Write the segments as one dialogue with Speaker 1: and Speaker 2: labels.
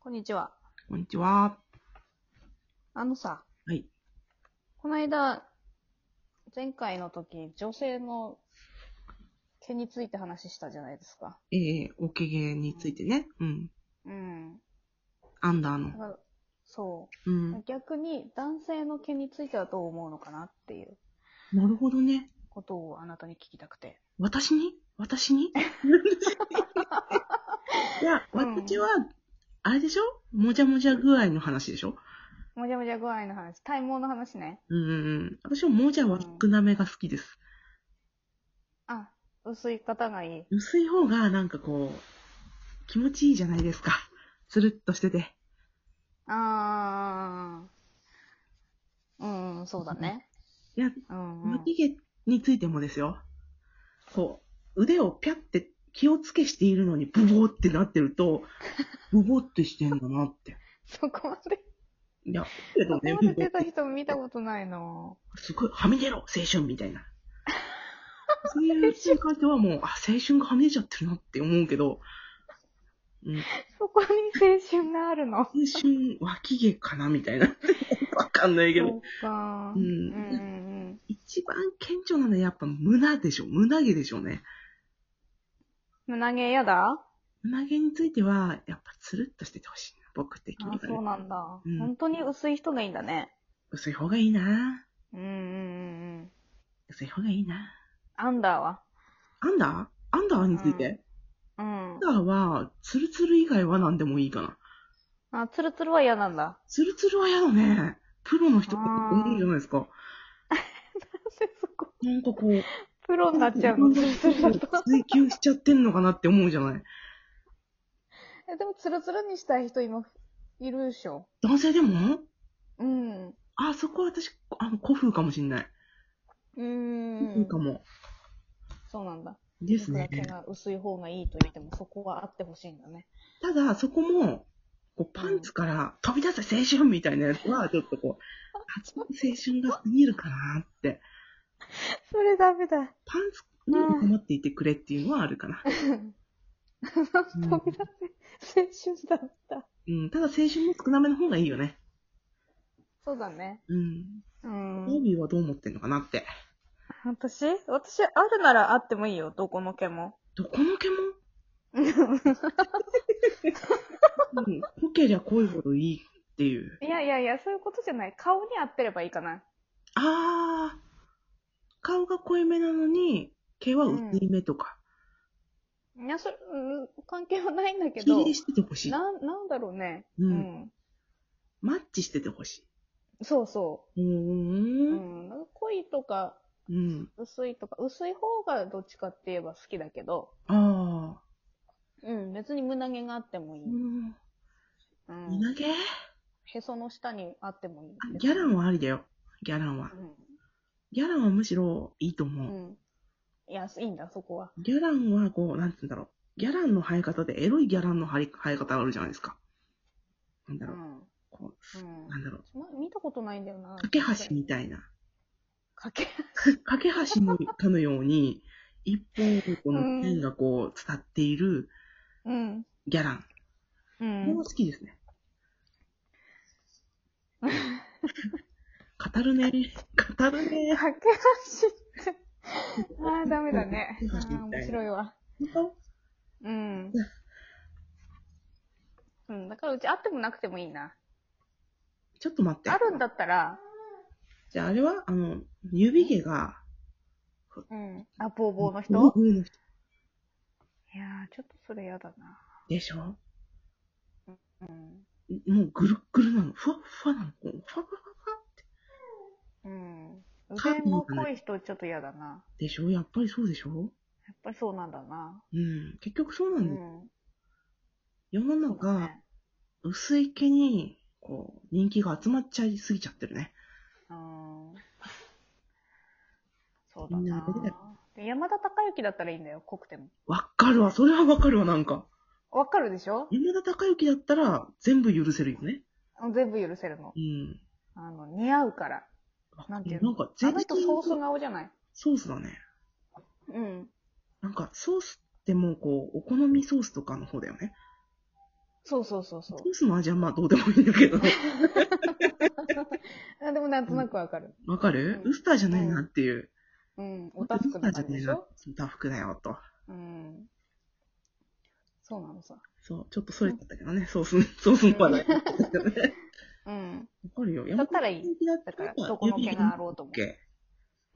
Speaker 1: こんにちは。
Speaker 2: こんにちは。
Speaker 1: あのさ、
Speaker 2: はい。
Speaker 1: この間、前回の時、女性の毛について話したじゃないですか。
Speaker 2: えー、おけげについてね。うん。
Speaker 1: うん。
Speaker 2: アンダー
Speaker 1: だ
Speaker 2: の。
Speaker 1: からそうう。
Speaker 2: ん。
Speaker 1: 逆に男性の毛についてはどう思うのかなっていう
Speaker 2: なるほどね。
Speaker 1: ことをあなたに聞きたくて。
Speaker 2: 私に私 にいや、
Speaker 1: うん
Speaker 2: 私は、あれでしょもじゃもじゃ具合の話でしょ
Speaker 1: もじゃもじゃ具合の話、体毛の話ね。
Speaker 2: うんうんうん。私はもじゃは少なめが好きです。
Speaker 1: あ、薄い方がいい。
Speaker 2: 薄い方がなんかこう、気持ちいいじゃないですか。つるっとしてて。
Speaker 1: あー。うんうん、そうだね。
Speaker 2: いや、
Speaker 1: うん、うん
Speaker 2: ま。き毛についてもですよ。こう、腕をぴゃって気をつけしているのにブボーってなってる と、ブボーってしてんだなって。
Speaker 1: そこまで、
Speaker 2: いや、け
Speaker 1: そ
Speaker 2: ど
Speaker 1: こ
Speaker 2: ね
Speaker 1: ま、
Speaker 2: ブ
Speaker 1: で
Speaker 2: ボー
Speaker 1: 出た人見たことないな
Speaker 2: すごい、はみ出ろ青春み たいな。そういう瞬間ではもう、あ、青春がはみ出ちゃってるなって思うけど、うん、青
Speaker 1: そこに青春があるの。
Speaker 2: 春脇毛かなみたいな。 わかんないけ
Speaker 1: そ
Speaker 2: ど。
Speaker 1: うか。
Speaker 2: う
Speaker 1: うん
Speaker 2: ん
Speaker 1: うん
Speaker 2: 一番顕著なのはやっぱ胸でしょ。胸毛でしょうね。
Speaker 1: うん。胸毛やだ
Speaker 2: 胸毛については、やっぱつるっとしててほしいな。僕的には
Speaker 1: あ
Speaker 2: ね、
Speaker 1: そうなんだ、
Speaker 2: うん
Speaker 1: 本当に薄い人がいいんだね。
Speaker 2: 薄い方がいいな。
Speaker 1: うんうんうんうん。
Speaker 2: 薄い方がいいな。
Speaker 1: アンダーは
Speaker 2: アンダーアンダーについて、
Speaker 1: うん。
Speaker 2: アンダーは、ツルツル以外は何でもいいかな。
Speaker 1: あ、ツルツルは嫌なんだ。
Speaker 2: ツルツルは嫌だね。プロの人って思うじゃないですか。
Speaker 1: そこ、
Speaker 2: なんかこう、
Speaker 1: プロになっちゃう の、ツルツルだと。
Speaker 2: 追求しちゃってんのかなって思うじゃない。
Speaker 1: えでも、ツルツルにしたい人今、いるでしょ。
Speaker 2: 男性でも
Speaker 1: うん。う
Speaker 2: あ、そこは私、あの、古風かもしんない。
Speaker 1: ー
Speaker 2: 古風
Speaker 1: ん
Speaker 2: か。も。
Speaker 1: そうなんだ。
Speaker 2: ですね。
Speaker 1: 僕ら毛が薄い方がいいと言っても、そこはあってほしいんだね。
Speaker 2: ただ、そこも、こうパンツから飛び出せ青春みたいなやつは、ちょっとこう、あちょっと青春が過ぎるかなって。
Speaker 1: それダメだ。
Speaker 2: パンツに困っていてくれっていうのはある かな。
Speaker 1: 飛び出せ、青春だった。
Speaker 2: うん、ただ青春も少なめの方がいいよね。
Speaker 1: そうだね。
Speaker 2: うん。
Speaker 1: うん。
Speaker 2: オービーはどう思ってんのかなって。
Speaker 1: 私私あるならあってもいいよ、どこの毛も。
Speaker 2: どこの毛 もうん、濃けりゃ濃いほどいいっていう。
Speaker 1: いやいやいや、そういうことじゃない。顔に合ってればいいかな。
Speaker 2: あー、顔が濃いめなのに、毛は薄いめとか。
Speaker 1: いや、それ、うん、関係はないんだけ
Speaker 2: 切り
Speaker 1: ど
Speaker 2: 入れ、しててほしい。
Speaker 1: なん、なんだろうね。
Speaker 2: うん
Speaker 1: ん。
Speaker 2: マッチしててほし
Speaker 1: そうそ
Speaker 2: い。う
Speaker 1: う。う
Speaker 2: ーん。
Speaker 1: ん。なんか濃いとか、
Speaker 2: うん。
Speaker 1: 薄いとか、薄い方がどっちかって言えば好きだけど、
Speaker 2: あ
Speaker 1: うん、別に胸毛があってもいい
Speaker 2: ー。。うん。
Speaker 1: うん。
Speaker 2: 胸毛
Speaker 1: へその下にあってもいい。
Speaker 2: あギャランはありだよ。ギャランは。ギャランはむしろいいと
Speaker 1: う
Speaker 2: 思う。
Speaker 1: ん。うん。いや、いいんだ、そこは。
Speaker 2: ギャランはこう、なんて言うんだろう。ギャランの生え方でエロいギャランの生え生え方があるじゃないですか。なん
Speaker 1: う
Speaker 2: だろう。
Speaker 1: ん。
Speaker 2: こ
Speaker 1: うん
Speaker 2: う、。なんだろう。
Speaker 1: ま、見たことないんだよな。
Speaker 2: 架け橋みたいな。
Speaker 1: かけ、
Speaker 2: 架け橋 のかのように、一本一本の線がこう、伝っている
Speaker 1: うん。
Speaker 2: ギャラン。
Speaker 1: う
Speaker 2: これ
Speaker 1: ん
Speaker 2: も。好きで すね。語るね。語るね。
Speaker 1: かけ橋って。ああ、ダメだね。あ
Speaker 2: 架け橋みた
Speaker 1: ー
Speaker 2: いな
Speaker 1: 面白いわ。
Speaker 2: 本
Speaker 1: うん。うん、だからうちあってもなくてもいいな。
Speaker 2: 当ちょっと待って。
Speaker 1: あるんだったら、
Speaker 2: じゃああれはあの、指毛が、
Speaker 1: うん。あ、ボーボーの人
Speaker 2: ブーの人
Speaker 1: いやー、ちょっとそれやだな。
Speaker 2: でしょ
Speaker 1: うん。
Speaker 2: もうぐるっぐるなの。ふわっふわなの。こうふわふわふわふわって。
Speaker 1: うん。
Speaker 2: カー
Speaker 1: 腕
Speaker 2: テン
Speaker 1: も
Speaker 2: とかね
Speaker 1: 濃い人ちょっと嫌だな。
Speaker 2: でしょやっぱりそうでしょ
Speaker 1: やっぱりそうなんだな。
Speaker 2: うん。結局そうな
Speaker 1: うん
Speaker 2: だよ。
Speaker 1: ん。
Speaker 2: 世の
Speaker 1: そうだ
Speaker 2: 中、
Speaker 1: ね。
Speaker 2: 薄い毛に、こう、人気が集まっちゃいすぎちゃってるね。
Speaker 1: うん。そうだ
Speaker 2: みんな
Speaker 1: な
Speaker 2: あれだよ。
Speaker 1: で山田孝之だったらいいんだよ、濃くても。
Speaker 2: わかるわ。それはわかるわ、なんか。
Speaker 1: わかるでしょ
Speaker 2: 山田孝之だったら、全部許せるよね。
Speaker 1: 全部許せるの。
Speaker 2: うん。
Speaker 1: あの、似合うから。
Speaker 2: わ
Speaker 1: なんていう
Speaker 2: な
Speaker 1: の
Speaker 2: んか、
Speaker 1: あ
Speaker 2: 全
Speaker 1: の人
Speaker 2: 身
Speaker 1: ソース顔じゃない
Speaker 2: ソースだね。
Speaker 1: うん。
Speaker 2: なんか、ソースってもう、こう、お好みソースとかの方だよね。
Speaker 1: そうそうそうそう
Speaker 2: コ。ースの味はまあどうでもいいんだ けど、
Speaker 1: あでもなんとなくわかる。
Speaker 2: わかる
Speaker 1: うん
Speaker 2: ウスターじゃないなっていう。
Speaker 1: うん、
Speaker 2: ウ
Speaker 1: おたふく
Speaker 2: スタ
Speaker 1: な
Speaker 2: ーじゃ
Speaker 1: 感じでし
Speaker 2: ねえな
Speaker 1: ょ。
Speaker 2: ダフクだよ、と。
Speaker 1: うん。そうなのさ。
Speaker 2: そう、ちょっとそれだったけどね、ソース、ソースの話題だったけどね。
Speaker 1: うん。
Speaker 2: わかるよ。
Speaker 1: だったらいい
Speaker 2: 山本さん
Speaker 1: だから
Speaker 2: 好きだった、ら
Speaker 1: どこの毛があ
Speaker 2: ろ
Speaker 1: ろうと
Speaker 2: う
Speaker 1: も。
Speaker 2: OK。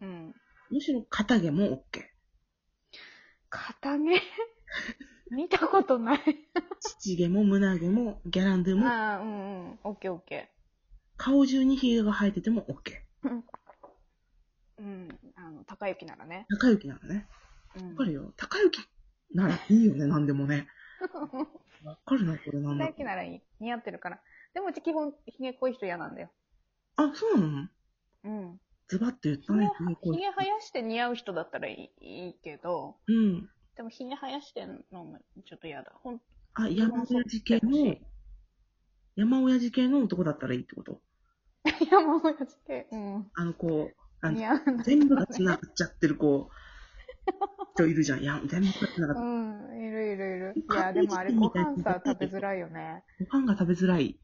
Speaker 1: うん。
Speaker 2: むしろ肩毛も OK。
Speaker 1: 片毛 見たことない。
Speaker 2: 乳毛も胸毛もギャランドゥも、
Speaker 1: ああ、うんうん。オッケーオッケ
Speaker 2: 顔中にヒゲが生えてても OK。
Speaker 1: ー。うん。あの、高雪ならね。
Speaker 2: 高雪なのね。
Speaker 1: うん。
Speaker 2: わかるよ。高雪ならいいよね、なんでもね。わかるな、これなん
Speaker 1: 高
Speaker 2: だ。
Speaker 1: 雪 ならいい。似合ってるから。でもうち基本、ひげ濃い人嫌なんだよ。
Speaker 2: あ、そうなの
Speaker 1: うん。
Speaker 2: ズバッと言っ
Speaker 1: ひ
Speaker 2: た
Speaker 1: げ
Speaker 2: ね
Speaker 1: は、ひ
Speaker 2: これ
Speaker 1: げ生やして似合う人だったらいいいいけど、
Speaker 2: うん。
Speaker 1: でもひげ生やしてんのもちょっと嫌だ。ほん
Speaker 2: あ、山親父系の、山親父系の男だったらいいってこと
Speaker 1: 山親父系。うん。
Speaker 2: あの、こう、あの
Speaker 1: 似合うんだけど
Speaker 2: 全部が繋がっちゃってるこう、人いるじゃん。いや、全部が繋がって
Speaker 1: うん、いるいるいる。いや、でもあれご飯さ、食べづらいよね。
Speaker 2: る。ご飯が食べづらい。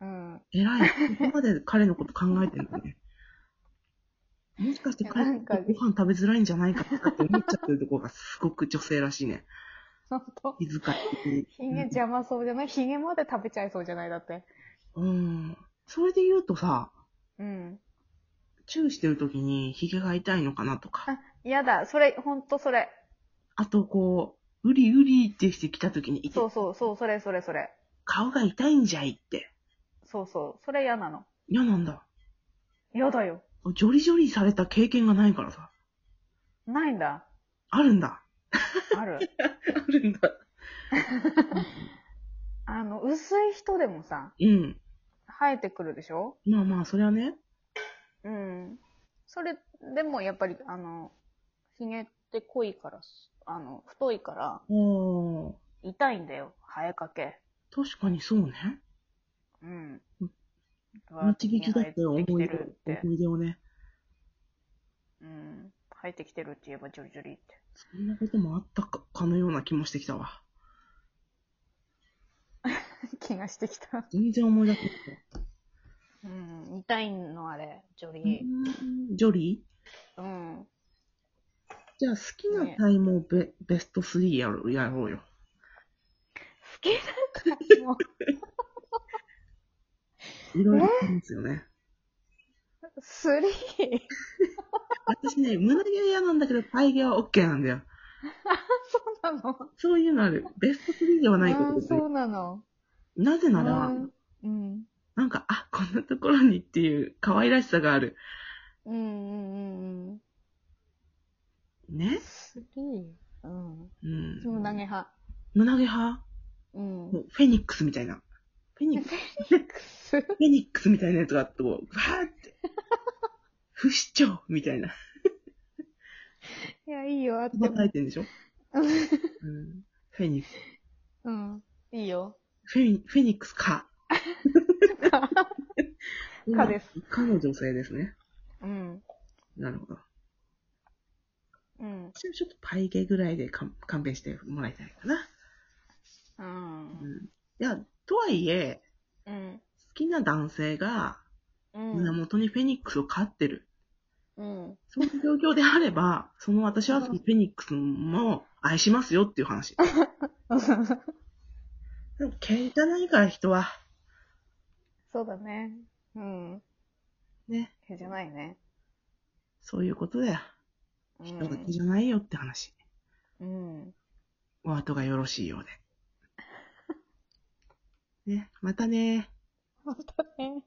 Speaker 1: うん。
Speaker 2: 偉い。ここまで彼のこと考えてるのね。もしかして彼
Speaker 1: なんか
Speaker 2: ご飯食べづらいんじゃないかとかって思っちゃってるところがすごく女性らしいね。
Speaker 1: ほんと。
Speaker 2: 気遣い
Speaker 1: ひげ邪魔そうじゃないひげまで食べちゃいそうじゃないだって。
Speaker 2: うん。それで言うとさ、
Speaker 1: うん。
Speaker 2: チューしてる時にヒゲが痛いのかなとか、
Speaker 1: あ、嫌だ。それ、ほんとそれ。
Speaker 2: あとこう、うりうりってしてきた時に、いて
Speaker 1: そうそう、そう、それそれそれ。
Speaker 2: 顔が痛いんじゃいって。
Speaker 1: そうそう、それ嫌なの。
Speaker 2: 嫌なんだ。
Speaker 1: 嫌だよ。
Speaker 2: ジョリジョリされた経験がないからさ。
Speaker 1: ないんだ。
Speaker 2: あるんだ。
Speaker 1: ある。
Speaker 2: あるんだ。
Speaker 1: あの、薄い人でもさ、
Speaker 2: うん。
Speaker 1: 生えてくるでしょ
Speaker 2: まあまあ、それはね。
Speaker 1: うん。それ、でもやっぱり、あの、ひげって濃いから、あの、太いから、
Speaker 2: おー。
Speaker 1: 痛いんだよ。生えかけ。
Speaker 2: 確かにそうね。
Speaker 1: うん。
Speaker 2: 日劇だったよ、
Speaker 1: 生えてき
Speaker 2: 思
Speaker 1: て
Speaker 2: い
Speaker 1: る
Speaker 2: 出
Speaker 1: って。
Speaker 2: 思い出をね。
Speaker 1: うん。生えてきてるって言えばジョリジョリって。
Speaker 2: そんなこともあったかかのような気もしてきたわ。
Speaker 1: 気がしてきた。
Speaker 2: 全然思い出せない。
Speaker 1: うん。痛いのあれ、ジョ
Speaker 2: う
Speaker 1: リ。
Speaker 2: ーんジョリー
Speaker 1: うん。
Speaker 2: じゃあ好きな体毛ベ,、ベスト3やろうやろうよ。
Speaker 1: 好きだからもう
Speaker 2: いろいろありますよね。
Speaker 1: スリー
Speaker 2: 私ね、胸毛は嫌なんだけど、体毛は OK なんだよ。
Speaker 1: そうなの
Speaker 2: そういうのある。ベスト3ではないけ
Speaker 1: あ
Speaker 2: ど
Speaker 1: ー、そうなの。
Speaker 2: なぜなら、
Speaker 1: うんうん。
Speaker 2: なんか、あ、こんなところにっていう可愛らしさがある。
Speaker 1: うんうんうんうん。
Speaker 2: ね
Speaker 1: スリーうん。
Speaker 2: うん。
Speaker 1: 私も投げ派。
Speaker 2: 胸毛派
Speaker 1: うん。
Speaker 2: もうフェニックスみたいな。フェニックス
Speaker 1: くす
Speaker 2: フェニックスみたいなやつがあって、こう、わーって。 不死鳥みたいな。
Speaker 1: いや、いいよ、あと。
Speaker 2: 叩いてんで しょ、
Speaker 1: う
Speaker 2: うん
Speaker 1: ん、
Speaker 2: フェニックス。
Speaker 1: うん。いいよ。
Speaker 2: フェニフェニックスか。
Speaker 1: かです。
Speaker 2: かの女性ですね。
Speaker 1: うん。
Speaker 2: なるほど。
Speaker 1: うん。
Speaker 2: 私はちょっとパイゲぐらいでかん勘弁してもらいたいかな。
Speaker 1: うん。
Speaker 2: うん。いや、とはいえ、
Speaker 1: うん。
Speaker 2: 好きな男性が
Speaker 1: う
Speaker 2: 胸
Speaker 1: ん。
Speaker 2: 元にフェニックスを飼ってる。
Speaker 1: うん。
Speaker 2: その状況であれば、 その私はそのフェニックスも愛しますよっていう話。でも毛汚いから人は。
Speaker 1: そうだね。うん。
Speaker 2: ね。
Speaker 1: 毛じゃないね。
Speaker 2: そういうことだよ。
Speaker 1: う
Speaker 2: 人だけ
Speaker 1: ん。
Speaker 2: じゃないよって話。
Speaker 1: うん。
Speaker 2: お後がよろしいようで。ね、またね
Speaker 1: 本当ね。